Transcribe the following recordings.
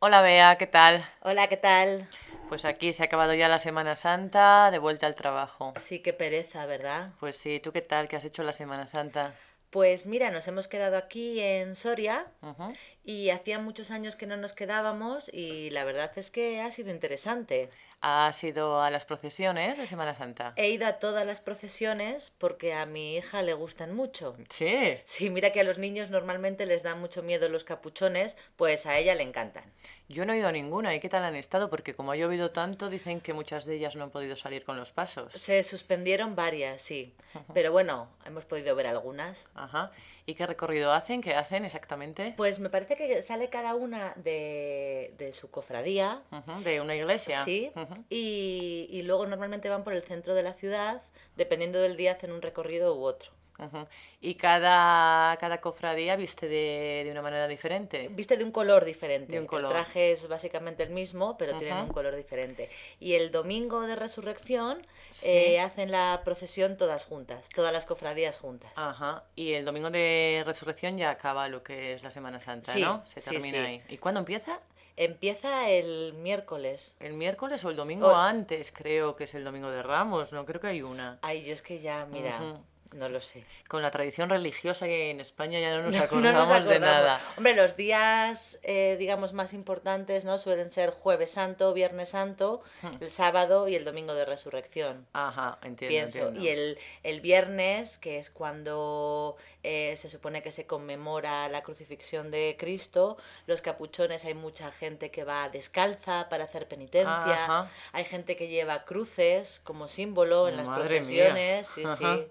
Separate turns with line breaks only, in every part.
Hola Bea, ¿qué tal?
Hola, ¿qué tal?
Pues aquí se ha acabado ya la Semana Santa, de vuelta al trabajo.
Sí, qué pereza, ¿verdad?
Pues sí, ¿tú qué tal? ¿Qué has hecho la Semana Santa?
Pues mira, nos hemos quedado aquí en Soria
Ujú.
y hacía muchos años que no nos quedábamos y la verdad es que ha sido interesante.
¿Has ido a las procesiones de Semana Santa?
He ido a todas las procesiones porque a mi hija le gustan mucho.
Sí.
Sí, mira que a los niños normalmente les dan mucho miedo los capuchones, pues a ella le encantan.
Yo no he ido a ninguna. ¿Y qué tal han estado? Porque como ha llovido tanto, dicen que muchas de ellas no han podido salir con los pasos.
Se suspendieron varias, sí. Pero bueno, hemos podido ver algunas.
Ajá. ¿Y qué recorrido hacen? ¿Qué hacen exactamente?
Pues me parece que sale cada una de, de su cofradía,
Ujú, ¿De una iglesia?
Sí,
Ujú.
y, y luego normalmente van por el centro de la ciudad, dependiendo del día hacen un recorrido u otro.
Ujú. ¿Y cada, cada cofradía viste de, de una manera diferente?
Eh, Viste de un color diferente.
De un color.
El traje es básicamente el mismo, pero tienen
Ajá.
un color diferente. Y el domingo de resurrección
Sí.
eh, hacen la procesión todas juntas, todas las cofradías juntas.
Ajá, y el domingo de resurrección ya acaba lo que es la Semana Santa,
Sí,
¿no? Se
sí,
termina
sí.
ahí. ¿Y cuándo empieza?
Empieza el miércoles.
¿El miércoles o el domingo
Hoy.
antes? Creo que es el domingo de Ramos, no creo que hay una.
Ay, yo es que ya, mira,
Ujú.
no lo sé.
Con la tradición religiosa que en España ya no nos
No
acordamos, de
acordamos.
nada.
Hombre, los días, eh, digamos, más importantes, ¿no? Suelen ser Jueves Santo, Viernes Santo, el sábado y el Domingo de Resurrección.
Ajá, entiendo,
Pienso.
entiendo.
Y el, el viernes, que es cuando eh, se supone que se conmemora la crucifixión de Cristo, los capuchones, hay mucha gente que va descalza para hacer penitencia,
Ah, Ajá.
hay gente que lleva cruces como símbolo en las
Madre mía.
procesiones, sí,
Ajá.
sí.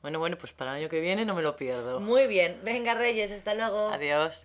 Bueno, bueno, pues para el año que viene no me lo pierdo.
Muy bien, venga Reyes, hasta luego.
Adiós.